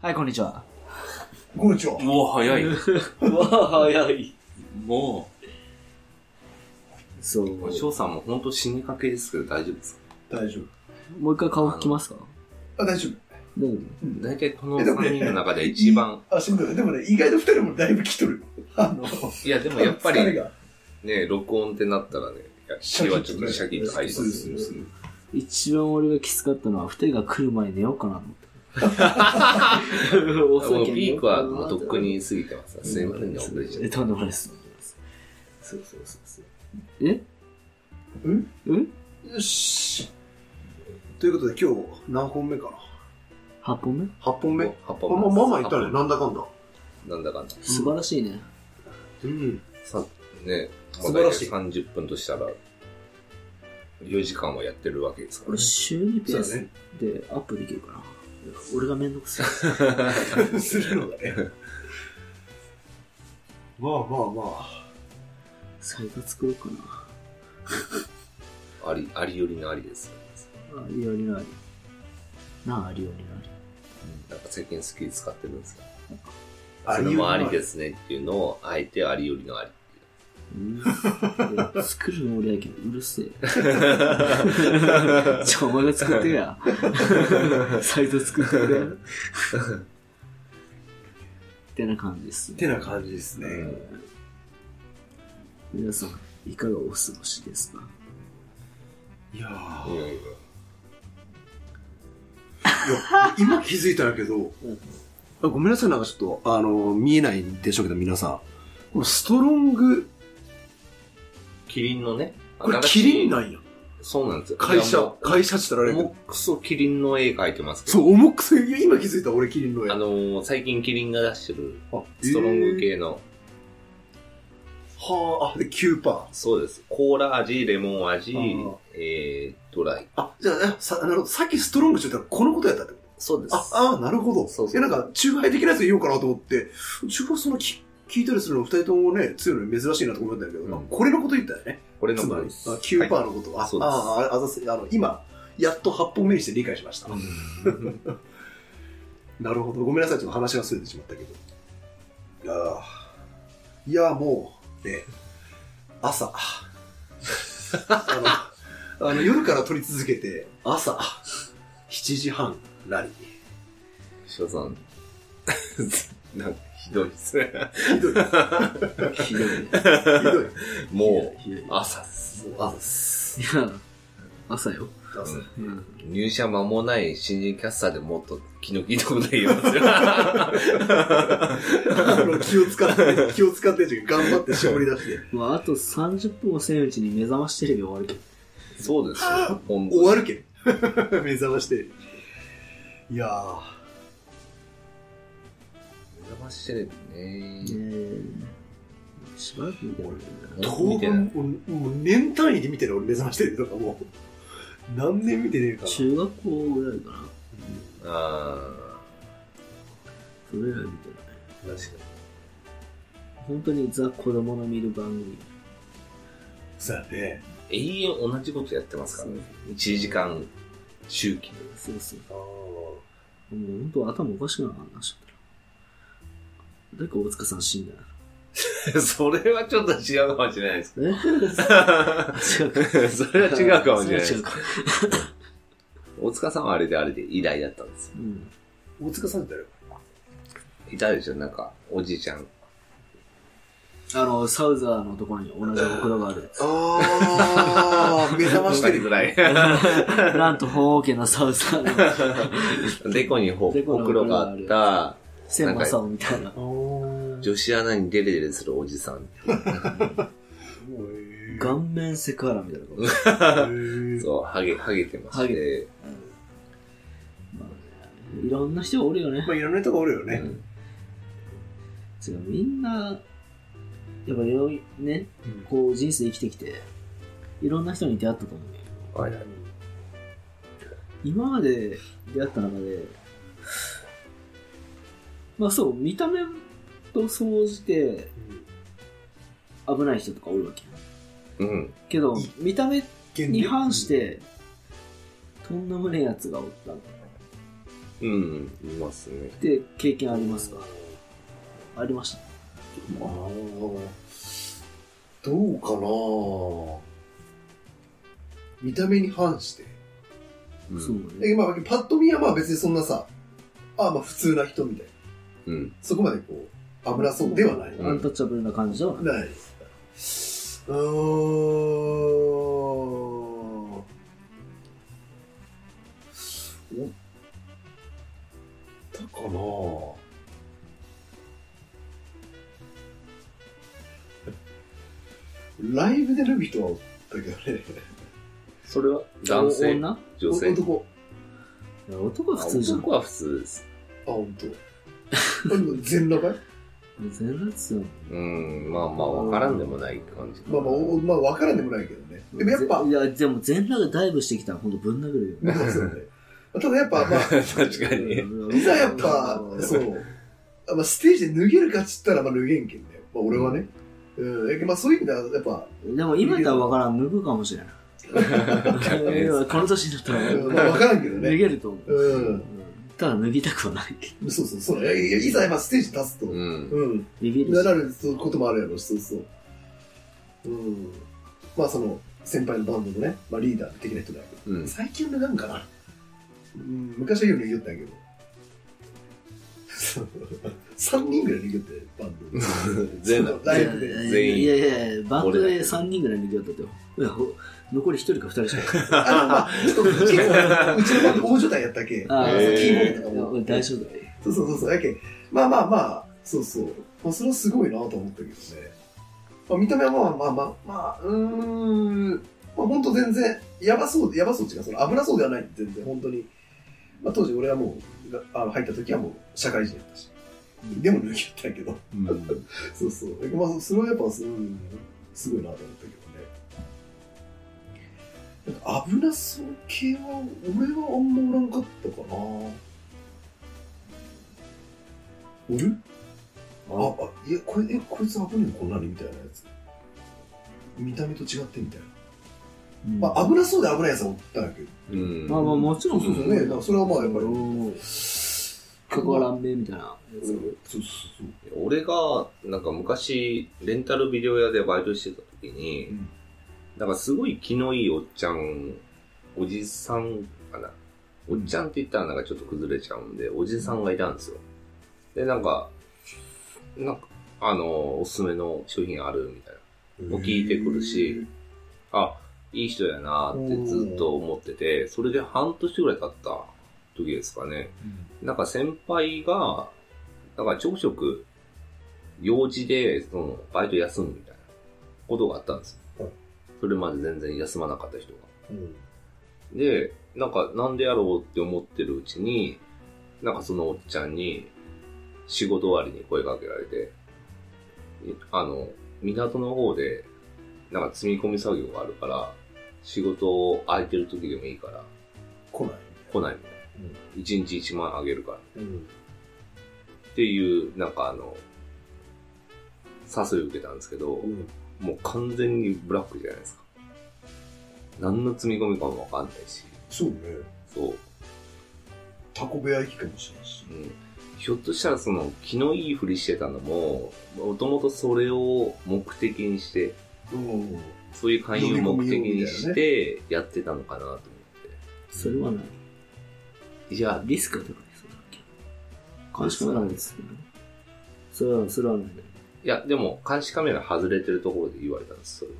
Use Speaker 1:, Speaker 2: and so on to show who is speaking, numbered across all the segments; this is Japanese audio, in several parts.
Speaker 1: はい、こんにちは。
Speaker 2: こんにちは。
Speaker 3: もう早い。
Speaker 1: わあ、早い。
Speaker 3: も
Speaker 1: そう
Speaker 3: う、。翔さんも本当死にかけですけど大丈夫ですか
Speaker 2: 大丈
Speaker 1: もう一回顔拭きますか
Speaker 2: 夫。あ、大丈
Speaker 1: 大丈
Speaker 3: 大体この3人の中で一番、
Speaker 2: 夫。あ、しんどい。でもね、意外と二人もだいぶ来とる。あの、
Speaker 3: いやでもやっぱり
Speaker 2: 疲れが
Speaker 3: ね、録音ってなったらね、いや
Speaker 2: シャ
Speaker 3: 血
Speaker 2: キ
Speaker 3: は
Speaker 2: ッとね
Speaker 3: ちょっとシャキッと入ります
Speaker 2: るする
Speaker 1: 夫一番俺がきつかったのは、二人が来る前に寝ようかなと 思って。
Speaker 3: もうピークはもうとっくに過ぎてます。すいませんね、遅れちゃ
Speaker 1: え、
Speaker 3: っ
Speaker 1: とんでもないです。
Speaker 3: そうそうそうそう。
Speaker 1: え
Speaker 2: うん
Speaker 1: え
Speaker 2: よし。ということで今日何本目かな
Speaker 1: ?8 本目
Speaker 2: ?8 本目。あ、
Speaker 3: 葉っぱ
Speaker 2: まあ
Speaker 3: も
Speaker 2: まあまあ言ったね。なんだかんだ。
Speaker 3: なんだかんだ。
Speaker 1: 素晴らしいね。
Speaker 2: うん。
Speaker 3: さね、
Speaker 2: 素晴らしい
Speaker 3: まあ大体30分としたら、4時間はやってるわけですから
Speaker 1: 俺、
Speaker 3: ね。
Speaker 1: 週2ペ
Speaker 2: そう
Speaker 1: ー
Speaker 2: だ
Speaker 1: ス
Speaker 2: ね。
Speaker 1: でアップできるかな。俺がめんどくさい。
Speaker 2: するのがね。まあまあまあ。
Speaker 1: サイト作ろうかな。
Speaker 3: あり、ありよりのありです。
Speaker 1: ありありなあり。なあ、ありありなあり。
Speaker 3: なんか最近スキー使ってるんですよ。
Speaker 2: あ
Speaker 3: そ
Speaker 2: り
Speaker 3: れ
Speaker 2: よりの
Speaker 3: も
Speaker 2: あ
Speaker 3: あ
Speaker 2: り
Speaker 3: りですねっていうのを、あえてありよりのあり。
Speaker 1: うん、いや作るの俺やけどうる せえ。じゃあお前が作って や。サイト作ってくれ。ってな感じです
Speaker 2: っ。てな感じですね。
Speaker 1: 皆さん、いかがお過ごしですか
Speaker 2: いやー
Speaker 3: い
Speaker 2: い
Speaker 3: やいや
Speaker 2: や、今気づいたんだけど、
Speaker 1: うん
Speaker 2: あごめんなさい、なんかちょっと、あの、見えないんでしょうけど、皆さん。このストロング、
Speaker 3: キリンのね、
Speaker 2: これ
Speaker 3: 新し
Speaker 2: キ
Speaker 3: い
Speaker 2: リンなんや。
Speaker 3: そうなんですよ。
Speaker 2: 会
Speaker 3: いや
Speaker 2: 社
Speaker 3: も、う
Speaker 2: 会社って言ったらあれやけど
Speaker 3: もうクソキリンの絵描いてますけど。
Speaker 2: そう、重くせ、いや今気づいた、俺、キリンの
Speaker 3: あ
Speaker 2: や。
Speaker 3: のー、最近キリンが出してる、
Speaker 2: えー
Speaker 3: ストロング系の、
Speaker 2: はあ、あ、で、9%パ
Speaker 3: そうです。コーラ味、レモン味
Speaker 2: あー、
Speaker 3: えー、ドライ。
Speaker 2: ー。あ、じゃあ、えさ、なるほど、さっきストロングって言ったら、このことやったってこと
Speaker 3: そうで
Speaker 2: あ、ああ、なるほど。
Speaker 3: そう
Speaker 2: い
Speaker 3: そう
Speaker 2: や、なんか、中杯的なやつ言おうかなと思って、中杯そのき聞いたりするの二人ともね、強いの珍しいなと思ったんだけど、
Speaker 3: うん
Speaker 2: あこれのこと言ったよね。
Speaker 3: これの
Speaker 2: つま
Speaker 3: こと
Speaker 2: り、あ
Speaker 3: です。
Speaker 2: 9%のことは、
Speaker 3: はいそう
Speaker 2: あ
Speaker 3: です
Speaker 2: ああ、あざす、あの、今、やっと8本目にして理解しました。
Speaker 3: うん
Speaker 2: なるほど。ごめんなさい、ちょっと話が逸れてしまったけど。いやーいやーもう、ね、朝。あの、あの夜から撮り続けて、朝、7時半、ラリー。
Speaker 3: 翔さん、なんかひどいですね。
Speaker 2: ひどい、
Speaker 1: ひどいね。
Speaker 2: ひどい。
Speaker 3: も、
Speaker 1: ひどい。いう
Speaker 3: 朝っす。
Speaker 2: もう朝です。
Speaker 1: や、朝よ。
Speaker 2: 朝
Speaker 1: うん。
Speaker 3: 入社間もない新人キャスターでもっと気の利いたこと言えますよ。
Speaker 2: あの気を使って、気を使ってっていうか、頑張って絞り出 して、
Speaker 1: まあ、あと30分をせんうちに目覚ましテレビ終わるけど。
Speaker 3: そうですよ。本当
Speaker 2: 終
Speaker 3: に
Speaker 2: わるけん。目覚まして。いやー、
Speaker 3: 目覚ましテレビね。
Speaker 1: ねえしばらく見てない
Speaker 2: 当
Speaker 3: 見て
Speaker 2: 分
Speaker 3: ない
Speaker 2: もう年単位で見てる俺目覚ましてるとかもう何年見てねえか
Speaker 1: な。
Speaker 2: ら
Speaker 1: 中学校ぐらいかな。
Speaker 3: あ
Speaker 1: それ以来見てない。
Speaker 3: ー確か
Speaker 1: 本当にザ・子供の見る番組。
Speaker 2: そうやね
Speaker 3: に。永遠同じことやってますからね。1時間周期で。
Speaker 1: そうそう。
Speaker 2: あ
Speaker 1: もう本当頭おかしくなる話だったら。だから大塚さん死んだよ。
Speaker 3: それはちょっと違うかもしれないです。
Speaker 1: え違うか。
Speaker 3: それは違うかもしれ
Speaker 1: そは違う
Speaker 3: ないです。
Speaker 1: か。
Speaker 3: 大塚さんはあれであれで依頼だったんですよ。
Speaker 1: うん。
Speaker 2: 大塚さんだよ
Speaker 3: いたでしょなんか、おじいちゃん。
Speaker 1: あの、サウザーのところに同じ袋があ る。
Speaker 2: あ あ目覚まして
Speaker 3: わ
Speaker 2: る
Speaker 3: かりづ らい。
Speaker 1: なんと、本王家のサウザー の
Speaker 3: デコにほ
Speaker 1: デコ
Speaker 3: ほ
Speaker 1: の
Speaker 3: くろがあった、
Speaker 1: 千正雄みたいな。
Speaker 3: 女子アナにデレデレするおじさん。
Speaker 1: 顔面セクハラみたいなこと。ま
Speaker 3: そう、ハゲ、ハゲてま
Speaker 1: ハ
Speaker 3: し
Speaker 1: ゲ
Speaker 3: て。
Speaker 1: あねいろんな人がおるよね
Speaker 2: ま。あいろんな人がおるよね
Speaker 3: うん
Speaker 1: 違う、みんな、やっぱいろいろね、こう人生生きてきて、いろんな人に出会ったと思うよ。
Speaker 3: はいはい
Speaker 1: 今まで出会った中で、まあそう、見た目と総じて危ない人とかおるわけよ。
Speaker 3: うん。
Speaker 1: けど、見た目に反してて、とんでもねえやつがおったんだよ。
Speaker 3: ううん、いますね。
Speaker 1: って経験ありますかありました
Speaker 2: ああ、どうかな見た目に反して。
Speaker 3: うん、
Speaker 1: そうね。
Speaker 2: でまあ、パッと見はまあ別にそんなさ、ああまあ普通な人みたいな。
Speaker 3: うん。
Speaker 2: そこまでこう、危なそうではない。
Speaker 3: うん
Speaker 1: アンタッチャブルな感じではない。
Speaker 2: ないです。うーん。おったかなライブでルビ人はおったけどね。
Speaker 1: それは
Speaker 3: 男性
Speaker 1: お女
Speaker 3: 女性。
Speaker 2: 男。
Speaker 1: いや男は
Speaker 3: あ
Speaker 1: 普通じゃん
Speaker 3: 男。は普通です。
Speaker 2: あ、本当。あでも全裸かい
Speaker 1: 全然ですよ。
Speaker 3: うん、まあまあ、わからんでもないって感じ。
Speaker 2: まあまあ、おまあ、わからんでもないけどね。でもやっぱ、
Speaker 1: いや、でも全裸でダイブしてきたらほんとぶん殴るよ。
Speaker 2: まあそうね。ただやっぱ、まあ、
Speaker 3: 確かに。
Speaker 1: うん
Speaker 2: いざやっぱ、そう。あまあ、ステージで脱げるかっつったら、まあ、脱げんけんね。まあ、俺はね。うん。えまあ、そういう意味では、やっぱ、
Speaker 1: でも今ではわからん、脱ぐかも しれない。いやこの年になったら
Speaker 2: うんまあ、わからんけど
Speaker 1: 脱
Speaker 2: ね。
Speaker 1: げると思う。
Speaker 2: うん
Speaker 1: ただ脱ぎたくはないけど。
Speaker 2: そうそう、そう。えいやいざ、やっぱ、ステージ立つと。
Speaker 3: う。
Speaker 2: うんん。
Speaker 1: ビビる
Speaker 2: な
Speaker 1: し。
Speaker 2: るそうこともあるやろし、そうそう。うん。まあ、その、先輩のバンドのね、まあ、リーダー的な人だけ
Speaker 3: う
Speaker 2: ど、
Speaker 3: ん。
Speaker 2: 最近脱がんかな。うん、昔はよく脱ぎよったんやけど。 そう3人ぐらい脱ぎよって、バンドで。
Speaker 3: 全裸。
Speaker 2: ライブで。
Speaker 3: 全員
Speaker 1: いやいやいや、バンドで3人ぐらい逃げよったってよ。いやほ残り1人か2人し かいない。
Speaker 2: あの、まあ、ちょっと、結構、うちのバンド大所帯やったっけ。
Speaker 1: ああ、
Speaker 3: へー
Speaker 2: キーボードとかも。
Speaker 1: 俺大丈夫だよ。
Speaker 2: そうそうそうそう。やけんまあまあまあ、そうそう。まあ、それはすごいなと思ったけどね。まあ、見た目はまあまあまあ、まあ、うーん。まあ、ほんと全然、やばそう、やばそうっていうか、その危なそうではない、全然、本当に。まあ、当時俺はもう、があの入った時はもう、社会人だったし。でも脱ぎったけど。
Speaker 3: うん
Speaker 2: そうそう。だけどまあ、それはやっぱ、うん、すごいなと思ったけどね。なんか危なそう系は、俺はあんまおらんかったかな。おるあ、
Speaker 1: あ
Speaker 2: あ、いや、これ、え、こいつ危ねえ、こんなにみたいなやつ。見た目と違ってみたいな。
Speaker 1: うん
Speaker 2: まあ、危なそうで危ないやつはおったんやけど。
Speaker 3: うん。
Speaker 1: まあまあ、もちろん
Speaker 2: そうそうね。だからそれはまあ、やっぱり。
Speaker 1: うん
Speaker 2: そ
Speaker 1: 関わらんべみたいな。
Speaker 2: うんそうそうそう。
Speaker 3: 俺が、なんか昔、レンタルビデオ屋でバイトしてた時に、
Speaker 2: うん
Speaker 3: なんかすごい気のいいおっちゃん、おじさんかな。おっちゃんって言ったらなんかちょっと崩れちゃうんで、おじさんがいたんですよ。で、なんか、なんか、あの、おすすめの商品あるみたいな。もう聞いてくるし、あ、いい人やなってずっと思ってて、それで半年ぐらい経った時ですかね。なんか先輩が、なんか朝食、用事で、その、バイト休むみたいなことがあったんですよ。
Speaker 2: はい
Speaker 3: それまで全然休まなかった人が。
Speaker 2: うん。
Speaker 3: で、なんか、なんでやろうって思ってるうちに、なんかそのおっちゃんに、仕事終わりに声かけられて、いあの、港の方で、なんか積み込み作業があるから、仕事を空いてる時でもいいから、
Speaker 2: 来ない。
Speaker 3: 来ないみたいな。一日一万あげるから。
Speaker 2: うん。
Speaker 3: っていう、なんかあの、誘いを受けたんですけど、
Speaker 2: うん。
Speaker 3: もう完全にブラックじゃないですか。何の積み込みかもわかんないし、
Speaker 2: そうね。
Speaker 3: そう。
Speaker 2: タコ部屋行きかもしれんし。
Speaker 3: うん、ひょっとしたらその、気のいいふりしてたのも、もともとそれを目的にして、
Speaker 2: うん。
Speaker 3: そういう勧誘を目的にして、やってたのかなと思って。
Speaker 1: それはない。
Speaker 3: いや、
Speaker 1: リスクが高い、それだけ。監視カメラですけどね。それは、それはない。
Speaker 3: いや、でも、監視カメラ外れてるところで言われたんです、それは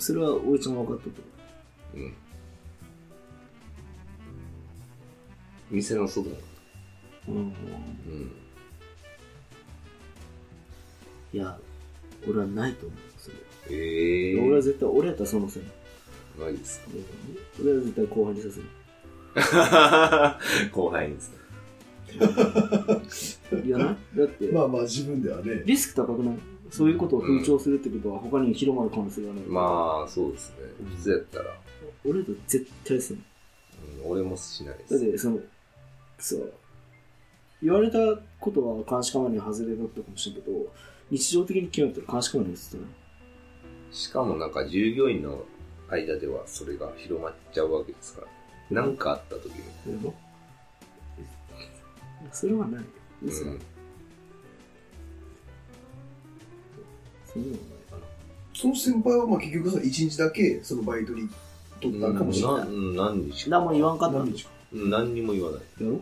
Speaker 1: それは、おいちゃんが分かったと。
Speaker 3: うん。店の外なの
Speaker 1: うん。
Speaker 3: うん。
Speaker 1: いや、俺はないと思う、それは。
Speaker 3: ええ
Speaker 1: 俺は絶対、俺やったらそのせい。
Speaker 3: ないです か
Speaker 1: 俺は絶対後半にさせる。
Speaker 3: 後輩にですね。
Speaker 1: いやな、だって、
Speaker 2: まあまあ、自分ではね。
Speaker 1: リスク高くないそういうことを風潮するってことは他に広まる可能性がある。
Speaker 3: まあ、そうですね。普通やったら、
Speaker 1: 俺と絶対する。
Speaker 3: うん、俺もしないで
Speaker 1: だっ
Speaker 3: す。
Speaker 1: て、その、そう、言われたことは監視カメラに外れだったかもしれんけど、日常的に決めたら監視カメラに映ってない。
Speaker 3: しかもなんか従業員の間ではそれが広まっちゃうわけですから。なんかあった時に。
Speaker 1: でもそれはないよ。
Speaker 3: う
Speaker 1: 嘘だ
Speaker 3: ん。
Speaker 1: そんなことないかな。
Speaker 2: その先輩はまあ結局さ、一日だけそのバイトに取ったかもしれない。
Speaker 3: なうん何日
Speaker 1: 何も言わんかったん
Speaker 2: 何
Speaker 1: で
Speaker 2: 日
Speaker 1: し
Speaker 2: か
Speaker 3: うん何にも言わない。
Speaker 1: ょやろ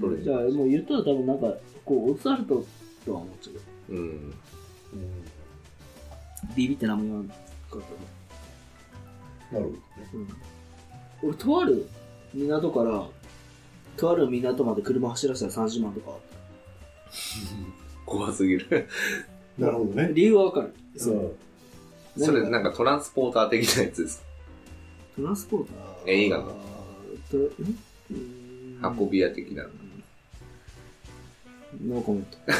Speaker 3: それ
Speaker 1: じゃあ、もう言ったら多分なんか、こう、オズワルドとは思っちゃうけど、
Speaker 3: うん。
Speaker 1: ビビって何も言わんかったね。
Speaker 2: なるほどね。
Speaker 1: 俺、とある港から、とある港まで車走らせたら30万とかあっ
Speaker 3: 怖すぎる。
Speaker 2: なるほど
Speaker 1: た。
Speaker 2: ね。
Speaker 1: 理由はわかる。
Speaker 2: そう。
Speaker 3: それなん
Speaker 1: か。
Speaker 3: かトランスポーター的なやつです。
Speaker 1: トランスポーター
Speaker 3: え映画の
Speaker 1: とん
Speaker 3: 運び屋的な。
Speaker 1: ノーコメント。 ノ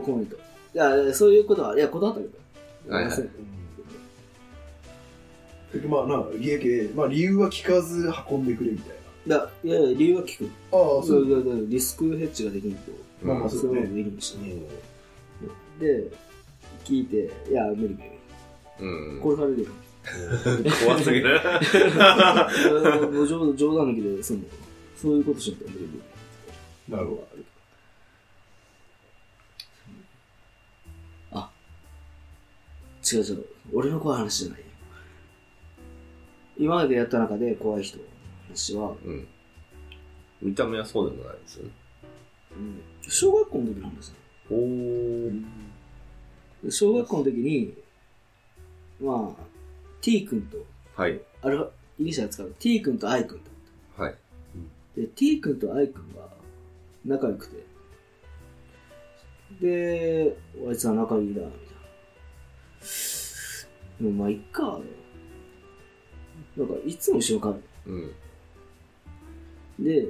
Speaker 1: ーコメント。いや、そういうことは、いや、断ったけど。
Speaker 3: はいはい
Speaker 1: すま
Speaker 2: 結局まあな、利益で、まあ理由は聞かず運んでくれみたいな。
Speaker 1: せんいや、いやいや、理由は聞く。
Speaker 2: ああ、
Speaker 1: そ
Speaker 2: そうう。
Speaker 1: だだリスクヘッジができんと、
Speaker 2: まあまあ
Speaker 1: そ
Speaker 2: そう
Speaker 1: れ
Speaker 2: だ
Speaker 1: も
Speaker 2: ね。
Speaker 1: できんし
Speaker 2: う
Speaker 1: ね。
Speaker 2: ん
Speaker 1: で、聞いて、いや、無理無理
Speaker 3: うん。
Speaker 1: 殺されるよ。
Speaker 3: 怖すぎる。
Speaker 1: うんもう冗冗談抜きで、その、そういうことしなきゃ無理無理。
Speaker 2: なるほど。
Speaker 1: 違う違う。俺の怖い話じゃないよ。今までやった中で怖い人の話は、
Speaker 3: うん。見た目はそうでもないですよね。
Speaker 1: うん小学校の時の話だ
Speaker 3: おー。
Speaker 1: で小学校の時に、まあ、t 君と、
Speaker 3: はい。
Speaker 1: アルファ、イニシャル使う t 君と i 君と。
Speaker 3: はい。
Speaker 1: で、t 君と i 君が仲良くて、で、あいつは仲いいな、みたいな。でもまあ、いっか。なんか、いつも一緒に帰る。
Speaker 3: うん。
Speaker 1: で、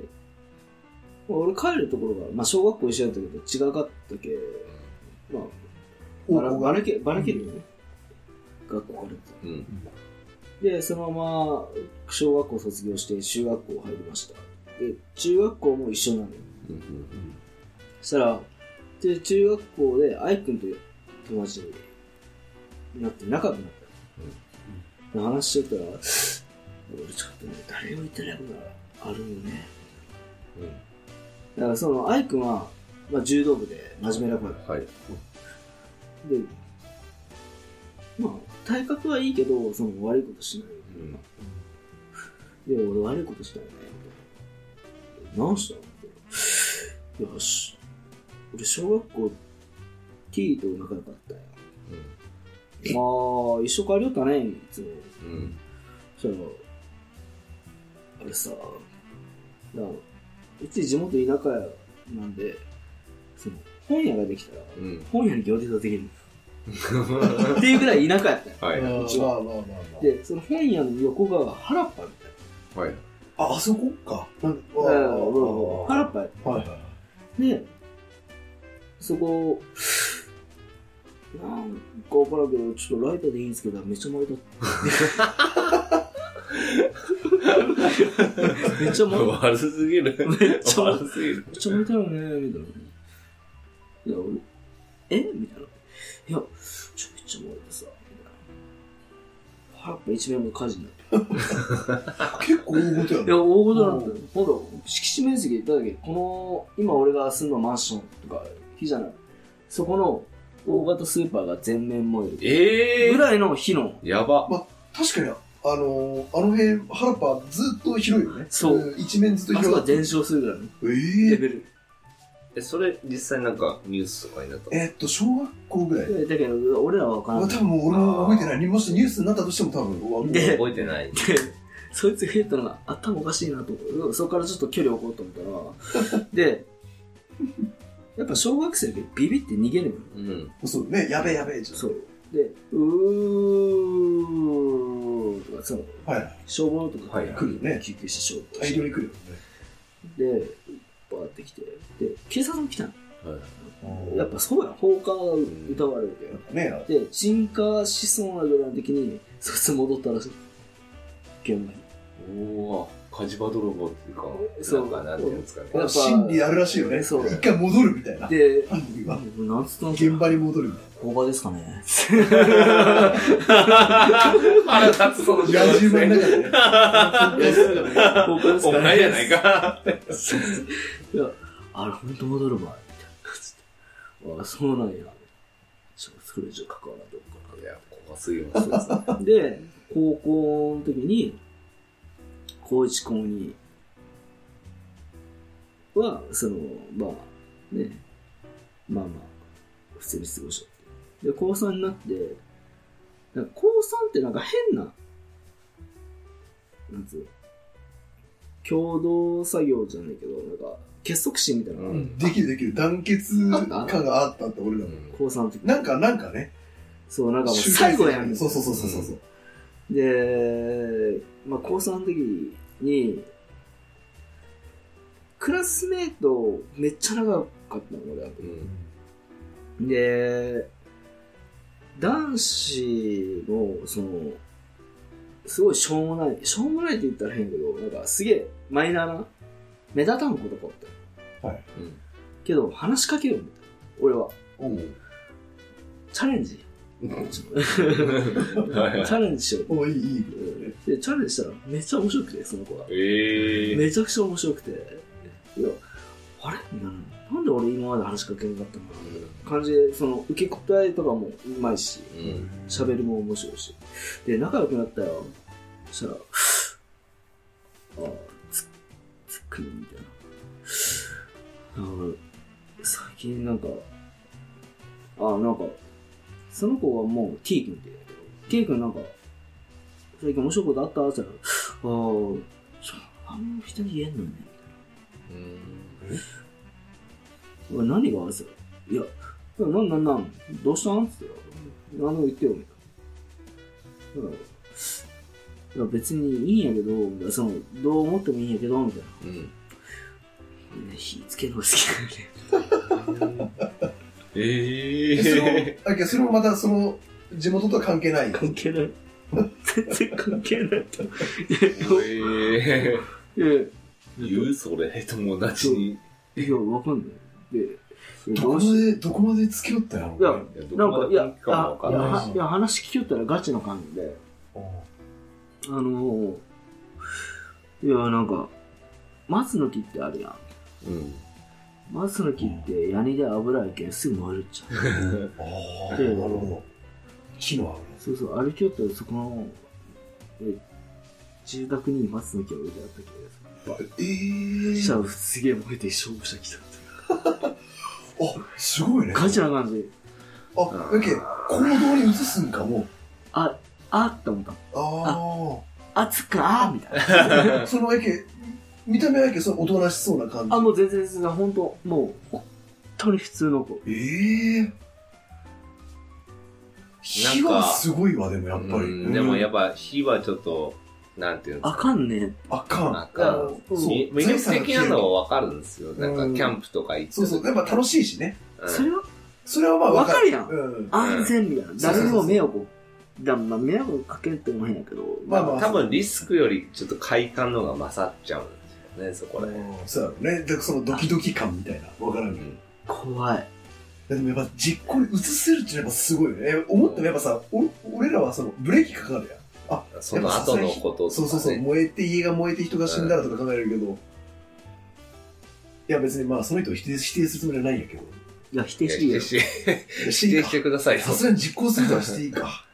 Speaker 1: まあ俺帰るところが、まあ、小学校一緒だったけど違かったけ、まあ、ばらばらけばらけるよね、学校からって
Speaker 3: うん。
Speaker 1: でそのまま小学校卒業して中学校入りましたで中学校も一緒なのよ
Speaker 3: うん。
Speaker 1: そしたらで中学校で愛くんという友達になって仲良くなった、で話してたら俺ちょっとね誰にも言ってないことがあるよね
Speaker 3: うん。
Speaker 1: だからその愛くんは、まあ、柔道部で真面目な子だ
Speaker 3: はい。
Speaker 1: で、まあ、体格はいいけど、その悪いことしない。
Speaker 3: うん。
Speaker 1: いや、俺悪いことしたよね。みたいな何したのみたいなよし。俺、小学校、T と仲良かったよ。まあ、一緒帰りよったね、いつも。
Speaker 3: うん。
Speaker 1: そしたら、あれさ、だからうち地元田舎なんで、その、本屋ができたら、
Speaker 3: うん。
Speaker 1: 本屋に行列ができるんだよ。っていうぐらい田舎やったよ。
Speaker 3: はい。
Speaker 2: まあ
Speaker 1: 一応
Speaker 2: まあまあまあ
Speaker 1: で、その本屋の横が原っぱみたい
Speaker 3: はい。
Speaker 2: まあ。あ、あそこか。なんあ
Speaker 1: な。うんうんうん
Speaker 2: あ
Speaker 1: 原っぱや
Speaker 2: はいはいはい。
Speaker 1: で、そこ、なんかわからんけど、ちょっとライターでいいんですけど、めっちゃ燃えた。 めっちゃ燃え
Speaker 3: 悪すぎ る。
Speaker 1: た。めっちゃ燃えた。
Speaker 3: 悪すぎる。
Speaker 1: めっちゃ燃えたよね、みたいな。いや、俺、えみたいな。いや、ちょ、めっちゃ燃えてさ、みたいな。原っぱ一面も火事になって。
Speaker 2: 結構大事や
Speaker 1: い
Speaker 2: ね
Speaker 1: や、。大ごとなんだよ。ほんと、敷地面積、だっけ、この、今俺が住んだマンションとか、火じゃない。そこの大型スーパーが全面燃え
Speaker 3: え
Speaker 1: る。
Speaker 3: え
Speaker 1: ぐ
Speaker 3: ー。
Speaker 1: らいの火の、
Speaker 3: やば。
Speaker 2: 確かに、あのー、あの辺、原っぱずっと広いよね。。
Speaker 1: そうん
Speaker 2: 一面ずっと
Speaker 1: あそこ
Speaker 2: 広
Speaker 1: が
Speaker 2: がってる。
Speaker 1: 全焼するぐらいのレ
Speaker 2: え
Speaker 1: ベル。
Speaker 3: え、それ実際なんかニュースとかになった
Speaker 2: ええっと、小学校ぐらい。
Speaker 1: いやだけど、俺らは分から
Speaker 2: 多
Speaker 1: ない。
Speaker 2: 分もう俺も覚えてない。もしニュースになったとしても多分、うわもう
Speaker 1: で
Speaker 3: 覚えてな
Speaker 1: で、
Speaker 3: い。
Speaker 1: そいつが言ったのが頭おかしいなと思う。そこからちょっと距離を置こうと思ったら、 で、やっぱ小学生でビビって逃げるのよ。
Speaker 3: うん。
Speaker 2: そうね、やべえやべえじゃん。
Speaker 1: そう。で、うーとか、その、
Speaker 2: はい。
Speaker 1: 消防とか、
Speaker 3: はい
Speaker 2: 来るよね
Speaker 1: 救急車消防
Speaker 2: 大量に来るよ
Speaker 1: で、バーって来て、で、警察も来たの。
Speaker 3: はい。
Speaker 2: ね。
Speaker 1: やっぱそうやん、放火が疑われ。
Speaker 2: やってぱね、
Speaker 1: で、鎮火しそうなぐらいの時に、そいつ戻ったらしい。現場に。
Speaker 3: おお、火事場泥棒っていうか、
Speaker 1: そう
Speaker 3: なんかなんていうんですかね。
Speaker 1: やっぱ
Speaker 2: 心理あるらしいよね。
Speaker 1: そう
Speaker 2: 一回戻るみたいな。
Speaker 1: で、
Speaker 2: 犯人は
Speaker 1: なんつったんです
Speaker 2: 現
Speaker 1: か
Speaker 2: 場に戻るみたい
Speaker 1: 工場ですか ね。
Speaker 3: 腹立つその
Speaker 2: な。野獣馬の中でね。
Speaker 1: 工場です
Speaker 3: お
Speaker 1: か
Speaker 3: 前
Speaker 1: ね。
Speaker 3: やないか。
Speaker 1: いや、あれ、ほんと戻るわ、みたいな感じで。ああ、そうなんや。ちょっとそれじゃ関わらんとこ
Speaker 3: いや、怖すぎますよ。
Speaker 1: かな。で、高校の時に、高一高二は、その、まあ、ね、まあまあ、普通に過ごしようって。で、高3になって、なんか高3ってなんか変な、なんつうの、共同作業じゃないけど、なんか、結束心みたいなのがある
Speaker 3: うん
Speaker 2: できるできる。団結感があったって俺らも。
Speaker 1: 高3の時。
Speaker 2: なんか、なんかね。
Speaker 1: そう、なんかもう
Speaker 2: 集大
Speaker 1: 最
Speaker 2: 成
Speaker 1: 後やん。
Speaker 2: そうそうそうそうそう。
Speaker 1: で、まあ、高3の時に、クラスメートめっちゃ長かったの、俺は。
Speaker 3: うん
Speaker 1: で、男子の、その、すごいしょうもない、しょうもないって言ったら変やけど、なんかすげえマイナーな、目立たんことかあった。
Speaker 3: うん
Speaker 1: けど、話しかけようみたいな。俺は、
Speaker 2: おう
Speaker 1: チャレンジ。
Speaker 3: はいはい
Speaker 1: チャレンジしよう。
Speaker 2: おういい、いい。
Speaker 1: で、チャレンジしたらめっちゃ面白くて、その子が。
Speaker 3: ええ。
Speaker 1: めちゃくちゃ面白くて、いや、あれみたいな。なんで俺今まで話しかけなかったのかなみたいな感じで、その、受け答えとかもうまいし、
Speaker 3: うん。
Speaker 1: 喋りも面白いし。で、仲良くなったよ。そしたら、ああ、つ、つっくりみたいな。なんか、最近なんか、ああ、なんか、その子はもう T 君って言うんだけど、T 君なんか、最近面白いことあったって言ったら、ああ、そうあんま人に言えんのね。おい何があるさいや、なんなんなん、どうしたんって言ったら、あの言ってよ、みたいな。だから、いや別にいいんやけど、みたいなその、どう思ってもいいんやけど、みたい
Speaker 3: うん。
Speaker 1: な。ね火つけるの好きなんで。
Speaker 3: え
Speaker 2: そ
Speaker 3: え。
Speaker 2: れもあいやそれもまた、その、地元とは関係ない。
Speaker 1: 関係ない。全然関係ないと。いや、
Speaker 3: ええ。
Speaker 1: いや
Speaker 3: 言うそれ、友達に。い
Speaker 1: いや、わかんない。で、
Speaker 2: どこま
Speaker 1: い
Speaker 2: で、どこまで付き合ったやろう
Speaker 1: や
Speaker 2: ね。
Speaker 3: や、
Speaker 1: な
Speaker 3: ど
Speaker 1: ん
Speaker 3: こま
Speaker 1: か、
Speaker 3: で
Speaker 1: いや、
Speaker 3: 本気かもわか
Speaker 1: あ
Speaker 3: ん
Speaker 1: い
Speaker 3: ないし。
Speaker 1: やいや、話聞きよったらガチの感じで、あのー、いや、なんか、松の木ってあるやん。
Speaker 3: うん。
Speaker 1: 松の木ってヤニで油やけんすぐ燃えるっちゃう
Speaker 2: ああ、な
Speaker 1: で
Speaker 2: るほど。木の
Speaker 1: そうそう歩きよったらそこのえ住宅に松の木が植えてあったけ
Speaker 2: 油。ええ
Speaker 1: ど
Speaker 2: ー。
Speaker 1: 下すげえ燃えて消防車来た
Speaker 2: あ、すごいね。
Speaker 1: ガチな感じ
Speaker 2: あ、だけ行動に移すんかも。
Speaker 1: ああって思った
Speaker 2: あ
Speaker 1: あつかーみたいな
Speaker 2: あ。そのやけ、見た目はやけ、そのおとなしそうな感じ。
Speaker 1: あもう全然全然本当もう本当に普通の子
Speaker 2: ええ火はすごいわ、でもやっぱり。
Speaker 3: うんでもや
Speaker 2: っ
Speaker 3: っぱ火はちょっと、なんていうんです
Speaker 1: あ
Speaker 3: か。
Speaker 1: かんね
Speaker 2: ぱ。あかん。
Speaker 3: あかん
Speaker 1: そう
Speaker 2: そう
Speaker 3: み魅力的なのはわかるんですよ。なんか
Speaker 2: うん
Speaker 3: キャンプとか行って。
Speaker 2: そうそう、やっぱ楽しいしね。
Speaker 3: うん
Speaker 1: それは
Speaker 2: それはまあ
Speaker 1: わかるやん
Speaker 2: うん。
Speaker 1: 安全みたいな
Speaker 2: うん
Speaker 1: 誰にも迷惑をだまあ迷惑かけるっても変やけど
Speaker 2: まあまあ
Speaker 3: 多分リスクよりちょっと快感の方が勝っちゃうんですよね、そこらへん。
Speaker 2: そうやろね。だからそのドキドキ感みたいな。わからんけど。
Speaker 1: 怖い
Speaker 2: でもやっぱ実行に移せるっていうのはやっぱすごいよね。思ってもやっぱさ、お俺らはそのブレーキかかるやん。
Speaker 3: その後のこととか、ね。
Speaker 2: そうそうそう、燃えて、家が燃えて人が死んだらとか考えるけど。いや別にまあその人を否定否定するつもりはないんやけど。
Speaker 1: いや否
Speaker 3: い
Speaker 1: 定
Speaker 3: や
Speaker 1: してい
Speaker 3: 否
Speaker 1: いよ
Speaker 3: 定して、
Speaker 2: いや
Speaker 3: 否
Speaker 2: していい
Speaker 3: 定
Speaker 2: か
Speaker 3: してくださいよ
Speaker 2: さ。すがに実行するとはしていいか。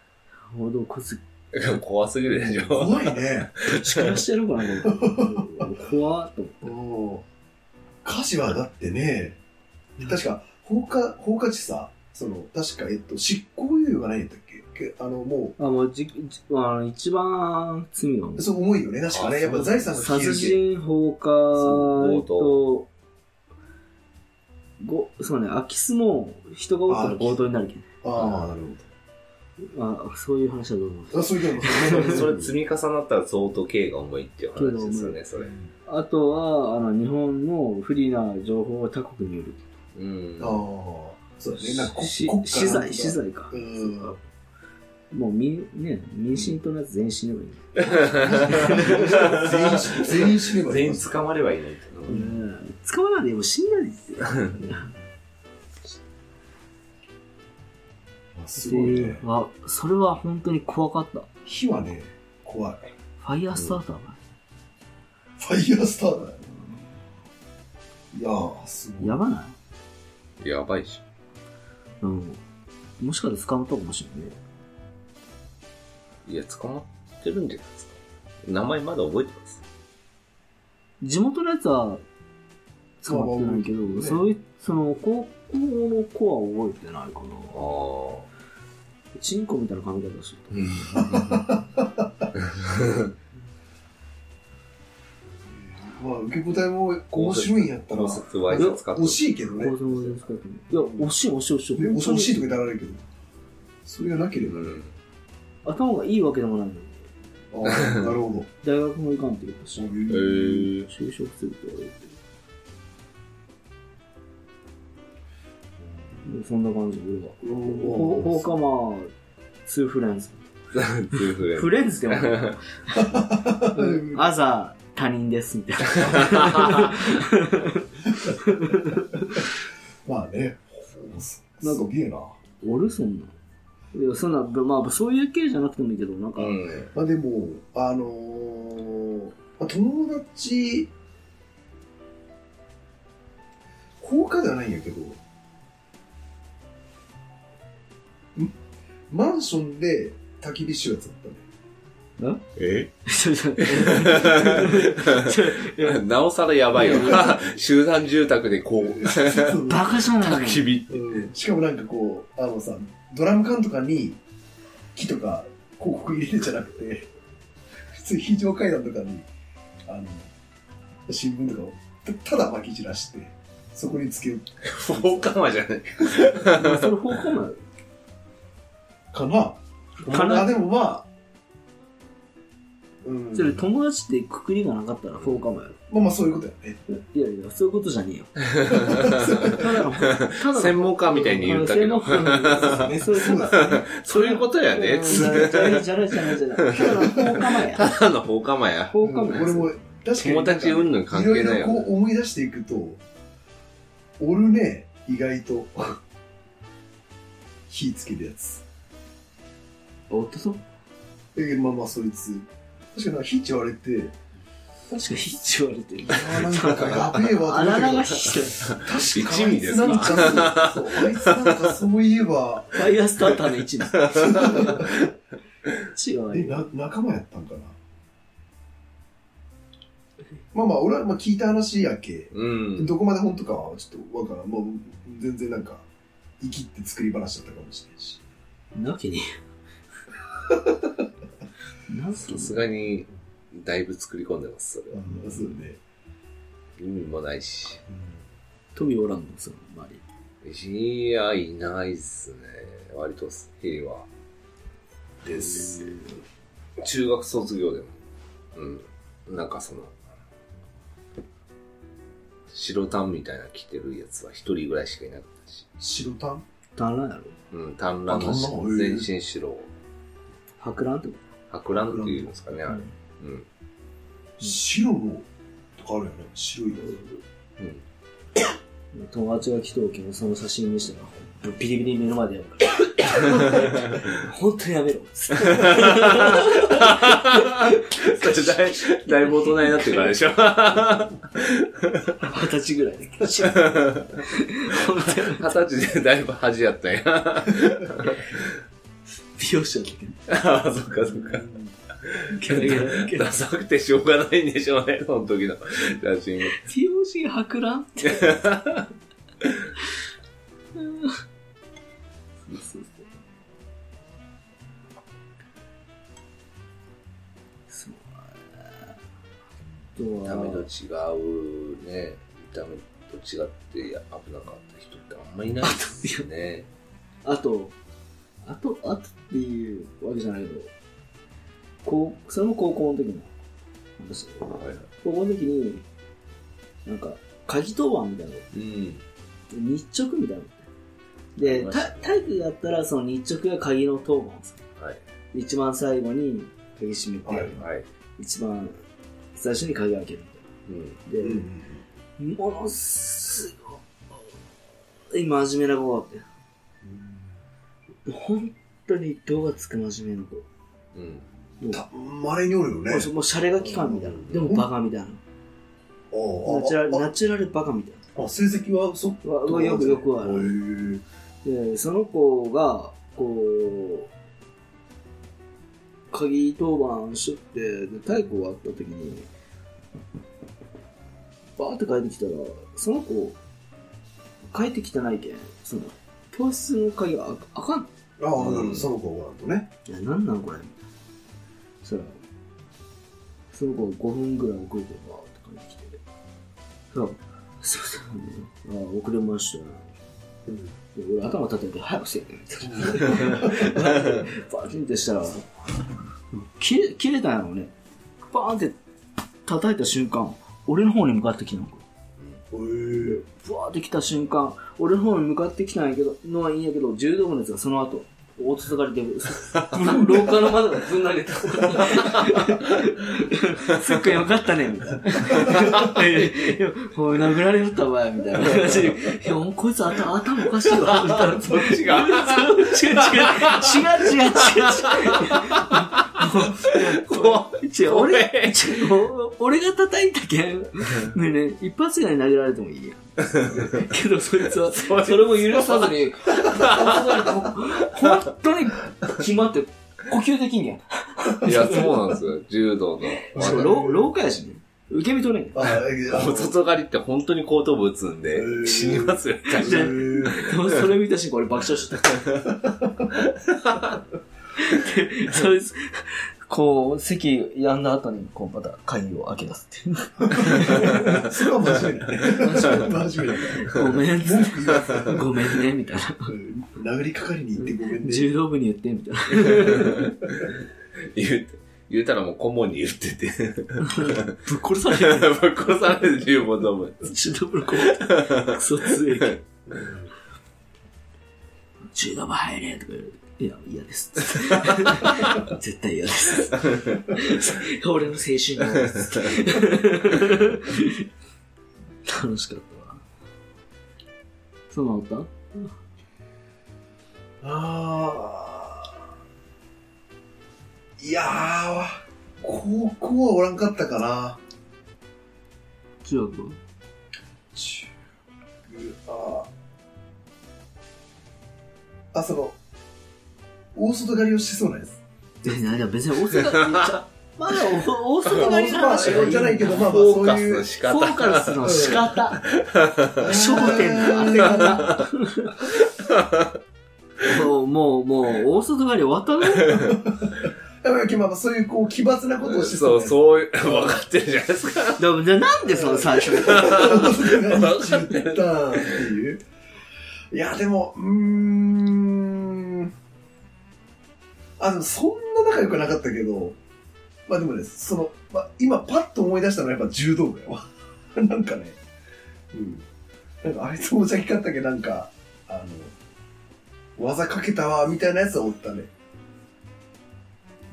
Speaker 1: 報道こす
Speaker 3: 怖すぎるでしょ。
Speaker 2: 怖いね。
Speaker 1: 散らしてるからね。怖っと思って。
Speaker 2: うん。火事はだってね、確か放火、放火地さ、その、確か、えっと、執行猶予がないんだっけけあの、も
Speaker 1: あ、もうじ、じあの、一番罪はもう
Speaker 2: う、そう重いよね、確か
Speaker 3: あ
Speaker 2: ね。やっぱ財産が消え
Speaker 1: 殺
Speaker 2: るけ
Speaker 1: 人放火
Speaker 3: そう
Speaker 1: と、ご、そうね、空き巣も人がおったら強盗になるけん。
Speaker 2: ああ、なる
Speaker 1: あ、そういう話はどうも
Speaker 2: ほ。ど。あそういうこと
Speaker 3: そ
Speaker 2: も
Speaker 3: れ それ積み重なったら相当刑が重いっていう話ですよね、それ。
Speaker 1: あとは、あの、日本の不利な情報は他国による。
Speaker 3: うん。
Speaker 2: ああ、そうだね。なんかこ
Speaker 1: し
Speaker 2: 国家
Speaker 1: 資
Speaker 2: なんか
Speaker 1: 材、資。材か。
Speaker 2: うん。
Speaker 1: もうみん、ね、民進党のやつ全員死ねばいい。
Speaker 2: 全員し、全員死ねばいい
Speaker 3: 全員捕まればいないと。
Speaker 1: うん。使わないでもう死んだんですよ。
Speaker 2: あ すご いね。
Speaker 1: わそれは本当に怖かった。
Speaker 2: 火はね、怖い。
Speaker 1: ファイヤースターターが。
Speaker 2: ファイヤースターだよ。いやー、すごい。
Speaker 1: やばない
Speaker 3: やばいし。
Speaker 1: うん。もしかして捕まったかもしれないね。
Speaker 3: いや、捕まってるんじゃないですか。名前まだ覚えてます。
Speaker 1: 地元のやつは捕まってないけ
Speaker 2: まあまあ
Speaker 1: ど、
Speaker 2: 覚えてるね
Speaker 1: そういう、その、高校の子は覚えてないか
Speaker 3: あ
Speaker 1: な。
Speaker 3: あ。
Speaker 1: チンコみたいな髪型してた。
Speaker 2: まあ、受け答えも面白いんやったら、
Speaker 3: 高卒は挨拶カット
Speaker 2: 惜しいけどね。
Speaker 1: 高校の使っていや、惜しい惜しい惜しい。
Speaker 2: ね
Speaker 1: 本当
Speaker 2: 惜
Speaker 1: に
Speaker 2: しいとか言ったらあれだけど、それがなければ。
Speaker 3: うん。
Speaker 1: 頭がいいわけでもないのに。
Speaker 2: ああ、なるほど。
Speaker 1: 大学も行かんって言ったし
Speaker 2: そう、
Speaker 3: え
Speaker 2: いう。
Speaker 3: ー、
Speaker 1: 就職するとは言ってる。でそんな感じ、俺は。ほ放
Speaker 2: おー
Speaker 1: 課まあ、ツーフレンズ。
Speaker 3: ツー フレ
Speaker 1: フ
Speaker 3: ン
Speaker 1: レンズでもない。
Speaker 2: うん
Speaker 1: あざ、他人です、みたいな。
Speaker 2: まあね。す
Speaker 1: なんか
Speaker 2: すげえな。
Speaker 1: 俺、そんな。いや、そんな、まあ、そういう系じゃなくてもいいけど、なんか、
Speaker 3: う
Speaker 1: うん。
Speaker 3: ん。
Speaker 2: まあでも、あのーまあ、友達、効果ではないんやけど、んマンションで焚き火しようやつだったね。
Speaker 3: え
Speaker 1: ちょ、ちょ、
Speaker 3: なおさらやばいよ。 集団住宅でこう、
Speaker 1: バカじゃない
Speaker 3: 焚き火。
Speaker 2: うんしかもなんかこう、あのさ、ドラム缶とかに木とか広告入れるんじゃなくて、 普通非常階段とかに、あの、新聞とかをたただ巻き散らして、そこにつけよう
Speaker 3: 放火魔じゃない。
Speaker 1: の。それ放課ま
Speaker 2: かな。
Speaker 1: かな
Speaker 2: あでもまあ、うん。
Speaker 1: それ友達ってくくりがなかったら放課まやろ。
Speaker 2: まあまあそういうことやね。
Speaker 1: いやいや、そういうことじゃねえよ。ただの、ただの
Speaker 3: 専門家みたいに言ったけ
Speaker 1: 専門
Speaker 3: ど。
Speaker 1: 家みたいな
Speaker 2: ね
Speaker 1: そういうこと
Speaker 2: だね。
Speaker 3: そういうことやね。
Speaker 1: じゃないじゃないじゃないじゃないじゃない。ただの放課ま や。
Speaker 3: ただ
Speaker 1: 放
Speaker 3: の放火魔や。
Speaker 2: う
Speaker 1: 課
Speaker 2: ん
Speaker 1: まや。
Speaker 2: 俺も、確かに。
Speaker 3: 友達云々関係な
Speaker 2: ろ
Speaker 3: い
Speaker 2: いろ
Speaker 3: よ
Speaker 2: こ
Speaker 3: ね。
Speaker 2: う思い出していくと、おるね、意外と。 火つけるやつ。
Speaker 1: おっとそう。
Speaker 2: え、まあまあ、そいつ。確かになんか火って言われて、
Speaker 1: 確かヒッチ言われてる。
Speaker 2: あーなんかやべえわ、
Speaker 1: あららが
Speaker 2: 確
Speaker 1: ヒッチ。
Speaker 2: かに
Speaker 3: 一味です
Speaker 2: あ
Speaker 3: か
Speaker 2: いつなんかそうそうあいつなんかそういえば、
Speaker 1: ファイヤースターターの位置違う
Speaker 2: え、
Speaker 1: ね。
Speaker 2: な、仲間やったんかな。まあまあ、俺はまあ聞いた話やけ。
Speaker 3: うん。
Speaker 2: どこまで本当かはちょっとわからん。もう、全然なんか、生きって作り話だったかもしれないし。
Speaker 1: なわけねえ。なんす
Speaker 3: さす
Speaker 1: か
Speaker 3: がに、だいぶ作り込んでます、それは。
Speaker 2: あそうね。
Speaker 3: 意味もないし。
Speaker 1: 富おらんのその周り。
Speaker 3: いや、いないっすね。割と平和です。中学卒業でも。うん。なんかその、白タンみたいな着てるやつは一人ぐらいしかいなかったし。
Speaker 2: 白タン
Speaker 1: だらんやろ。
Speaker 3: うん、単乱の
Speaker 2: あ
Speaker 3: し
Speaker 2: 単乱
Speaker 3: 全身白。
Speaker 1: 博覧ってこ
Speaker 3: 白乱っていうんですかね、
Speaker 1: と
Speaker 3: あれ。うん。
Speaker 2: 白の、とかあるよね。白いや
Speaker 3: うん。
Speaker 1: 友達が来ておけばその写真見せたら、ビリビリ目の前でやるから。本当にやめろ。つって
Speaker 3: それだい、だいぶ大人になってからでしょ。
Speaker 1: 二十歳ぐらいで。本当に
Speaker 3: 二十歳でだいぶ恥やったんや。
Speaker 1: 美容師だったけど。
Speaker 3: ああ、そっかそっか。
Speaker 1: ゲラゲラゲラ
Speaker 3: ダサくてしょうがないんでしょうね、その時の写真。
Speaker 1: 美容師博覧って。うんそうそうそう。そう。あ
Speaker 3: 見た目
Speaker 1: と
Speaker 3: と
Speaker 1: は、
Speaker 3: 違うね、見た目と違って危なかった人ってあんまりいないですよね。
Speaker 1: あと、あと、あとっていうわけじゃないけど、こう、その高校の時の話、
Speaker 3: はいはい。
Speaker 1: 高校の時に、なんか、鍵当番みたいなの
Speaker 3: うん。
Speaker 1: 日直みたいなので、た体育だったらその日直が鍵の当番をする。
Speaker 3: はい。
Speaker 1: 一番最後に鍵閉めて、
Speaker 2: はい
Speaker 3: はい。
Speaker 1: 一番最初に鍵開ける
Speaker 3: うん。
Speaker 1: みたいな。で、ものすごい真面目な子がおって、本当に動がつく真面目な子。
Speaker 3: うん。
Speaker 2: た、まれにおるよね。
Speaker 1: もうしもうシャレが効かんみたいな
Speaker 3: うん。
Speaker 1: でもバカみたいな。
Speaker 2: ああ
Speaker 1: ナチュラル、
Speaker 2: あ
Speaker 1: ナチュラルバカみたい
Speaker 2: あ、成績はそっ
Speaker 1: な。わわよくよくある。
Speaker 2: る。
Speaker 1: で、その子が、こう、鍵当番しとって、で、太鼓があった時に、バーって帰ってきたら、その子、帰ってきてないけん、その、教室の鍵がああかん。
Speaker 2: ああ、なるほど、その子がなんとね。
Speaker 1: いや、なんなんこれみたいな。そしたら、その子が5分ぐらい遅れて、わーって帰ってきて。そう、そうそう、ね、ああ、遅れました。で俺頭叩いて早くせえって言ってバチンってしたら切れ切れたんやろうねバーンって叩いた瞬間俺の方に向かってきたのか
Speaker 2: うん。へえ。
Speaker 1: ブワーって来た瞬間俺の方に向かってきたんやけどのはいいんやけど柔道部のやつがその後大つつかれてぶ ん廊下の窓がぶん投げた すっくんよかったねみたいないやいやおい殴られよったわみたいな感じでいやもうこいつ頭頭おかしいわみたいな
Speaker 3: そっちが。
Speaker 1: 違う違う違う違う違う違う違う俺違う俺が叩いたけんねえねえ一発以外に投げられてもいいやんけどそいつはそれも許さずに本当に決まって呼吸できんやん
Speaker 3: いや、そうなんですよ。柔道の。
Speaker 1: しかも廊廊下やしね受け身取れんや
Speaker 2: ああ、ええ。
Speaker 3: お外刈りって本当に後頭部打つんで
Speaker 2: へ、ー
Speaker 3: 死にますよ。
Speaker 1: んでそ それ見たし俺爆笑してたでそいつこう席やんだ後にこうまた鍵を開け出すっていう
Speaker 2: それは真面目だね。真面目だね。
Speaker 1: ごめん、 ごめんね、みたい な。
Speaker 2: うん殴りかかりに行ってごめんね。
Speaker 1: 柔道部に言って、みた いな。
Speaker 3: 言う、言うたらもう顧問に言ってて。
Speaker 1: ぶっ殺され
Speaker 3: ぶ
Speaker 1: る。
Speaker 3: っ殺される柔道部。
Speaker 1: 柔道部の子。クソ強いけど。柔道部入れとか言われて。いや、嫌 です。絶対嫌です。俺の青春なんです。楽しかったわ。そんなんおった
Speaker 2: ああ。いやー、高校はおらんかったかな。
Speaker 1: 中学部
Speaker 2: 中学ああその大外刈りをしそうなやつ
Speaker 1: いやいや、別に大 阪、まだ大阪がりの話
Speaker 2: 大
Speaker 1: はい
Speaker 2: 阪
Speaker 1: い
Speaker 2: じゃないけどまあまあ
Speaker 3: フォ
Speaker 2: そ
Speaker 3: ー
Speaker 2: う
Speaker 3: カ
Speaker 2: い
Speaker 3: スの
Speaker 2: う
Speaker 3: 仕
Speaker 1: フォー
Speaker 3: 方。
Speaker 1: カスの仕方。 焦点の当て
Speaker 2: 方
Speaker 1: もう、もう、もう、大外刈り終わったの
Speaker 2: まあまあそういうこう奇抜なことをし
Speaker 3: そ
Speaker 2: そうなやつ
Speaker 3: う、そういう、 分かってるじゃないですか。
Speaker 1: でも、じゃあなんでその最初に。
Speaker 2: 大外刈りしったっていう いやでもうーんあでもそんな仲良くなかったけどまあでもねその、まあ、今パッと思い出したのはやっぱ柔道部やわ なんかねうんなんかあいつもおちゃきかったけどなんかあの技かけたわみたいなやつはおったね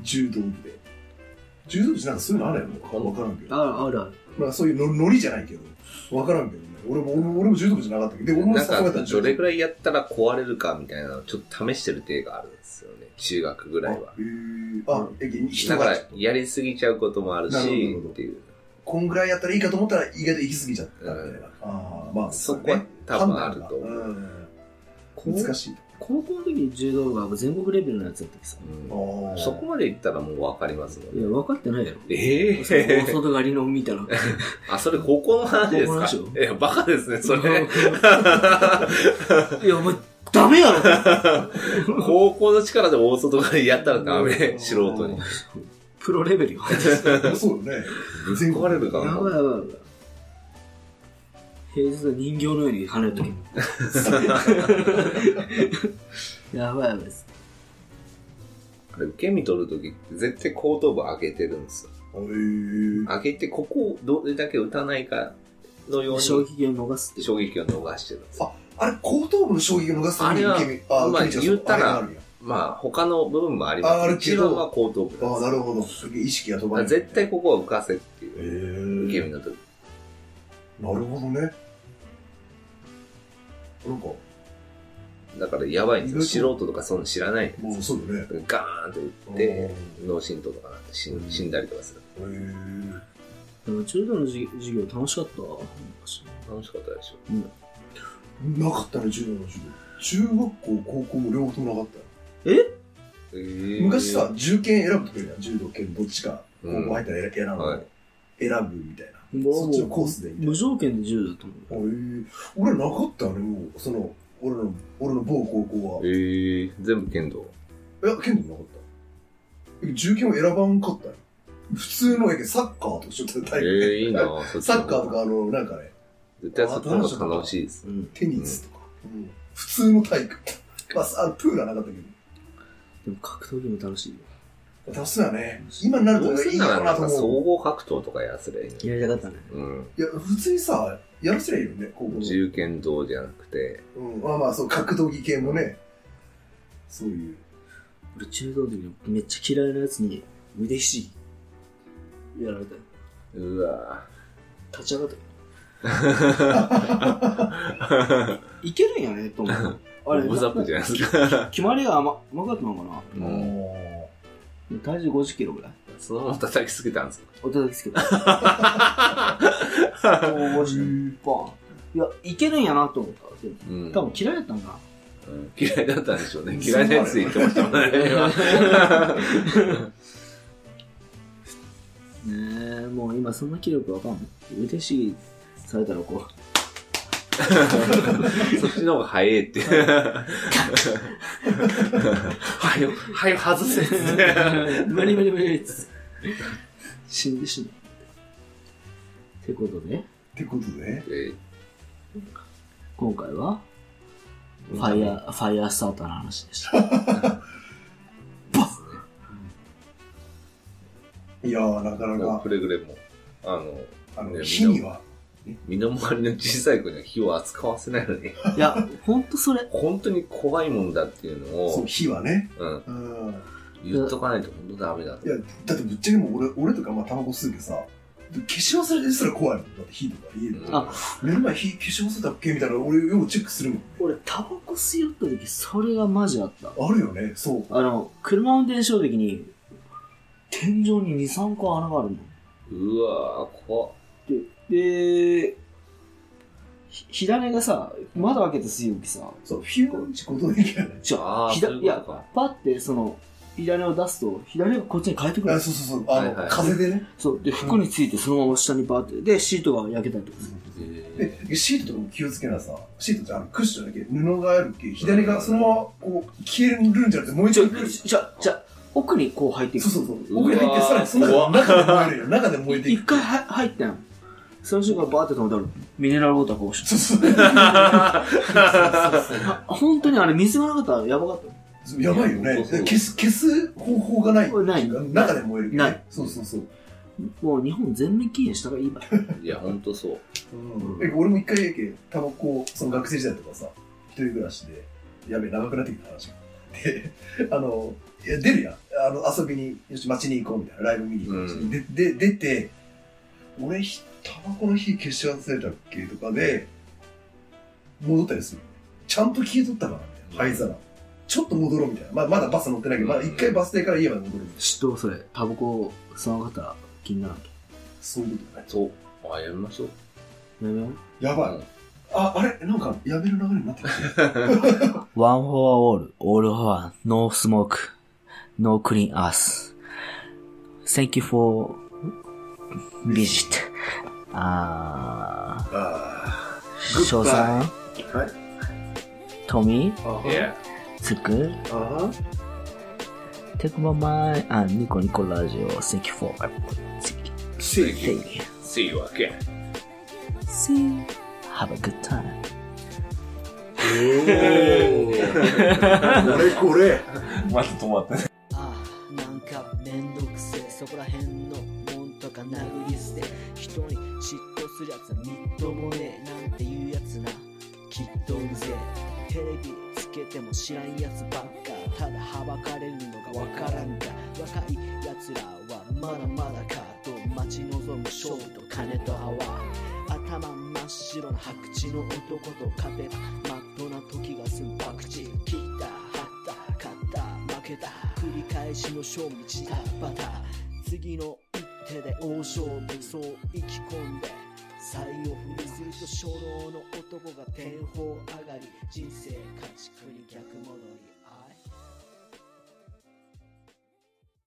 Speaker 2: 柔道部で柔道部ってなんかそういうのあるやん分からんけど
Speaker 1: あ、あるある。
Speaker 2: まあそういうのノリじゃないけど、わからんけどね。俺も、俺も俺も柔道部じゃなかったけど、で、俺も
Speaker 3: なん
Speaker 2: さ、こうやったら
Speaker 3: か、どれくらいやったら壊れるかみたいなのをちょっと試してる手があるんですよね。中学ぐらいは。
Speaker 2: あ、へーあ、え、人
Speaker 3: だか
Speaker 2: が
Speaker 3: ら、、やりすぎちゃうこともあるし、
Speaker 2: なるほどなるほど
Speaker 3: っていう。
Speaker 2: こんぐらいやったらいいかと思ったら意外と行き過ぎちゃったみたいな。ああ、まあ、
Speaker 3: そこは多分あると
Speaker 2: う
Speaker 3: 思う。
Speaker 1: こ
Speaker 2: ん。
Speaker 1: う
Speaker 2: 難しい。
Speaker 1: 高校の時に柔道部が全国レベルのやつやったっけさ。
Speaker 3: うん
Speaker 2: ああ。
Speaker 3: そこまで行ったらもう分かりますも
Speaker 1: い
Speaker 3: んね。
Speaker 1: や、分かってない やろ。
Speaker 3: ええ
Speaker 1: その大外刈りの見たら。
Speaker 3: あ、それ高校の話です
Speaker 1: 高
Speaker 3: か
Speaker 1: 校の話
Speaker 3: いや、バカですね、それ。
Speaker 1: いや、お前、ダメやろ
Speaker 3: 高校の力で大外刈りやったらダメ、素人に。
Speaker 1: プロレベルよ。
Speaker 2: そうよね。
Speaker 3: ぶつかれるか
Speaker 1: やばいやばい
Speaker 3: な。
Speaker 1: やばい。平日は人形のように跳ねるときも。やばい やばいです。
Speaker 3: あれ受け身取るとき、絶対後頭部上げてるんですよ。
Speaker 2: へ
Speaker 3: 上げて、ここをどれだけ打たないかのように、
Speaker 1: 衝撃を逃すっていう。
Speaker 3: 衝撃を逃してるんですよ。
Speaker 2: ああれ、後頭部の衝撃を逃すために
Speaker 3: あれは
Speaker 2: 受け身あ
Speaker 3: まあ
Speaker 2: 受け身じゃん
Speaker 3: 言っ
Speaker 2: あ
Speaker 3: たら
Speaker 2: れがあるんや
Speaker 3: まあ、他の部分もあります
Speaker 2: ああるけど
Speaker 3: 一番は後頭部
Speaker 2: ああ、な
Speaker 3: る
Speaker 2: るほど。すげえ意識が飛ばない。
Speaker 3: 絶対ここは浮かせっ
Speaker 2: え
Speaker 3: ていう。受け身
Speaker 2: ー。
Speaker 3: の時。
Speaker 2: なるほどね。なんか、
Speaker 3: だからやばいんです
Speaker 2: 意外
Speaker 3: よ。素人とかそういうの知らない。
Speaker 2: もうそうだね。
Speaker 3: ガーンって打って、脳震盪とかなって死ん死んだりとかする。
Speaker 2: えー。
Speaker 1: でも中学の授授業楽しかったわ昔
Speaker 3: 楽しかったでしょ。
Speaker 2: なかったね、柔道の授業。中学校、高校も両方ともなかったよ。
Speaker 3: えー
Speaker 2: 昔さ、、銃剣選ぶとかじゃん。柔道剣どっちか、高
Speaker 3: うん
Speaker 2: 校入ったら選ぶの、
Speaker 3: はい
Speaker 2: 選ぶみたいな。
Speaker 1: 僕は
Speaker 2: そ
Speaker 1: も
Speaker 2: っ
Speaker 1: う
Speaker 2: ちのコースでみたいな
Speaker 1: 無。条件で10だと思
Speaker 2: えー、俺なかったね、もう、その、俺の、俺の某高校は。
Speaker 3: えー、全部剣道。
Speaker 2: いや、剣道なかった。え銃剣を選ばんかったよ。普通のやけどサッカーと一緒だった
Speaker 3: え
Speaker 2: よ
Speaker 3: ー、いいなぁ。そっち
Speaker 2: サ
Speaker 3: の
Speaker 2: ッ
Speaker 3: 方
Speaker 2: カーと。か、あの、なんかね、
Speaker 3: 絶対そっちの方が楽しいです。
Speaker 1: う、うん、
Speaker 2: テニスとか、うん普通の体育。まあ、さあのプールはなかったけ
Speaker 1: でも格闘技も楽しいよ
Speaker 2: ど。楽しそうだね。今になる
Speaker 3: どう
Speaker 2: と
Speaker 3: せ
Speaker 2: いい
Speaker 3: な
Speaker 2: からな
Speaker 3: なん
Speaker 2: と
Speaker 3: か
Speaker 2: 思
Speaker 3: 総
Speaker 2: う。
Speaker 3: 合格闘とかやらせりゃいいのに
Speaker 1: やりたかったね
Speaker 3: うん。
Speaker 2: いや、普通にさ、やらせりゃいいよね、高校の。
Speaker 3: 自由剣道じゃなくて、
Speaker 2: うん、まあまあ、そう、格闘技系もね、そういう。
Speaker 1: 俺中道の時めっちゃ嫌いなやつに腕ひしぎやられたよ
Speaker 3: うわ
Speaker 1: 立ち上が ったよ
Speaker 3: ぁ。
Speaker 1: いけるんやね と思うあれ
Speaker 3: オブザップじゃないですか。
Speaker 1: 決まりが甘甘かったのかな
Speaker 3: うん。
Speaker 1: 体重50キロぐらい
Speaker 3: そのまま叩きつけたんですか
Speaker 1: お叩きつ けたおーバンいやいけるんやなと思ったでも
Speaker 3: うん
Speaker 1: 多分嫌いだったんか
Speaker 3: うん嫌いだったんでしょうね。嫌いなやつ言ってましたもんね。今
Speaker 1: なねえもう今そんな気力わかんない腕ひしぎされたら こ
Speaker 3: そっちの方が早いって。はよ、はよ外せっ つって。
Speaker 1: う無理無理無理っつって死んでしまうってことで
Speaker 2: ってことで、
Speaker 3: え
Speaker 1: 今回は
Speaker 3: ー
Speaker 1: ファイヤー、ファイヤースターターの話で した。
Speaker 2: いやー、なかな
Speaker 3: もう
Speaker 2: か
Speaker 3: く、れぐれも、あの、
Speaker 2: あの、
Speaker 3: ね
Speaker 2: 火には、
Speaker 3: 身の回りの小さい子には火を扱わせないのに、
Speaker 1: いや、ほんとそれ。
Speaker 3: 本当に怖いもんだっていうの
Speaker 2: そう、
Speaker 3: を、
Speaker 2: 火はね、
Speaker 3: うん、
Speaker 2: うん。
Speaker 3: 言っとかないと本当ダメだと
Speaker 2: い。や、だってぶっちゃけもう俺、俺とかまあタバコ吸うけどさ、消し忘れですら怖いもん。だって火とか家で。
Speaker 3: うん
Speaker 1: あ
Speaker 2: 目の前火消し忘れたっけみたいな俺ようチェックするもん。
Speaker 1: 俺、タバコ吸いよった時、それがマジあった。
Speaker 2: あるよね、そう。
Speaker 1: あの、車運転しよう時に、天井に2、3個穴があるの。
Speaker 3: うわぁ、怖っ
Speaker 1: で、ひ火種がさ、窓開けて吸いよきさ、
Speaker 2: そう、火を打ちことできない。
Speaker 1: じゃ
Speaker 3: あ
Speaker 1: あ、
Speaker 3: あ、
Speaker 1: ひ
Speaker 3: そ
Speaker 1: だ
Speaker 3: う
Speaker 1: い
Speaker 3: いうこ
Speaker 1: や
Speaker 3: と、か。
Speaker 1: パってその、火種を出すと、火種がこっちに変えてくる
Speaker 2: あ。そうそうそう、あの、
Speaker 3: はいはい
Speaker 2: 風でね。
Speaker 1: そう。で、服についてそのまま下にバーって、で、シートが焼けたりとかする。
Speaker 3: え
Speaker 2: で、シートとかも気をつけなさ、シートってあのクッションだけ布があるっけ、左がそのままこう消えるんじゃなくて燃えち
Speaker 1: じ
Speaker 2: ゃ
Speaker 1: ゃ
Speaker 2: う。
Speaker 1: あ、じゃあ、じゃあ、奥にこう入っていく
Speaker 2: そう。そうそう。
Speaker 3: うわ
Speaker 2: 奥
Speaker 3: ー
Speaker 2: に入って、さらにその中で燃えるよ。中で燃えてい
Speaker 1: 一
Speaker 2: く。
Speaker 1: 回は入ったんその瞬間バーって止めたらミネラルウォーターこぼし
Speaker 2: そうそう。
Speaker 1: たあ本当にあれ水がなかったらやばかった
Speaker 2: やばいよ
Speaker 3: いや
Speaker 2: ね。
Speaker 3: 本当そう
Speaker 2: 消す、消す方法がない。
Speaker 1: ない
Speaker 2: 中で燃えるけどね
Speaker 1: ない。
Speaker 2: そうそうそう。
Speaker 1: もう日本全面禁煙したらいい ばい
Speaker 3: いや、ほんとそう。
Speaker 2: うんえ俺も一回やけタバコその学生時代とかさ一人暮らしでやべえ長くなってきた話がで あのいや出るやんあの遊びによし街に行こうみたいなライブ見に行こう、
Speaker 3: うん
Speaker 2: でで出て俺ひタバコの火消し忘れたっけとかで戻ったりするちゃんと消えとったからみたいな灰皿ちょっと戻ろうみたいな、まあ、まだバス乗ってないけど、まあ、一回バス停から家まで戻るみたいな
Speaker 1: 知っとうそれタバコ吸わなかったら気にならんと
Speaker 2: そういうことね
Speaker 3: そう。あ、やめましょう。
Speaker 1: やめよ
Speaker 2: やばい、ああれなんかやめる流れになってきた
Speaker 1: うワンフォアオールオールフォアノースモークノークリーンアース Thank you for visit あ
Speaker 2: あ
Speaker 1: ー翔さん
Speaker 2: はい
Speaker 1: トミ
Speaker 2: あ
Speaker 3: うんいや、
Speaker 1: ーつく
Speaker 2: ああ
Speaker 1: テクママイアンニコニコラジオ Thank you for everything.
Speaker 3: Thank you.
Speaker 1: Thank you.
Speaker 3: see you again.
Speaker 1: See you. Have a good time.
Speaker 2: これこれ
Speaker 3: まず止まって。
Speaker 4: ああなんかめんどくせえそこら辺のもんとか殴り捨て人に嫉妬するやつはみっともねえなんていうやつなきっとうぜえテレビつ
Speaker 1: けても知らんやつばっかただはばかれるのがわからんか若いやつらはまだまだかと待ち望む勝負と金と泡頭真っ白な白痴の男と勝てばまっとうな時が済むパクチー切った張った勝った負けた繰り返しの勝負チタバタ次の一手で大勝負そう意気込んで才を振りすると初老の男が天保上がり人生家畜に逆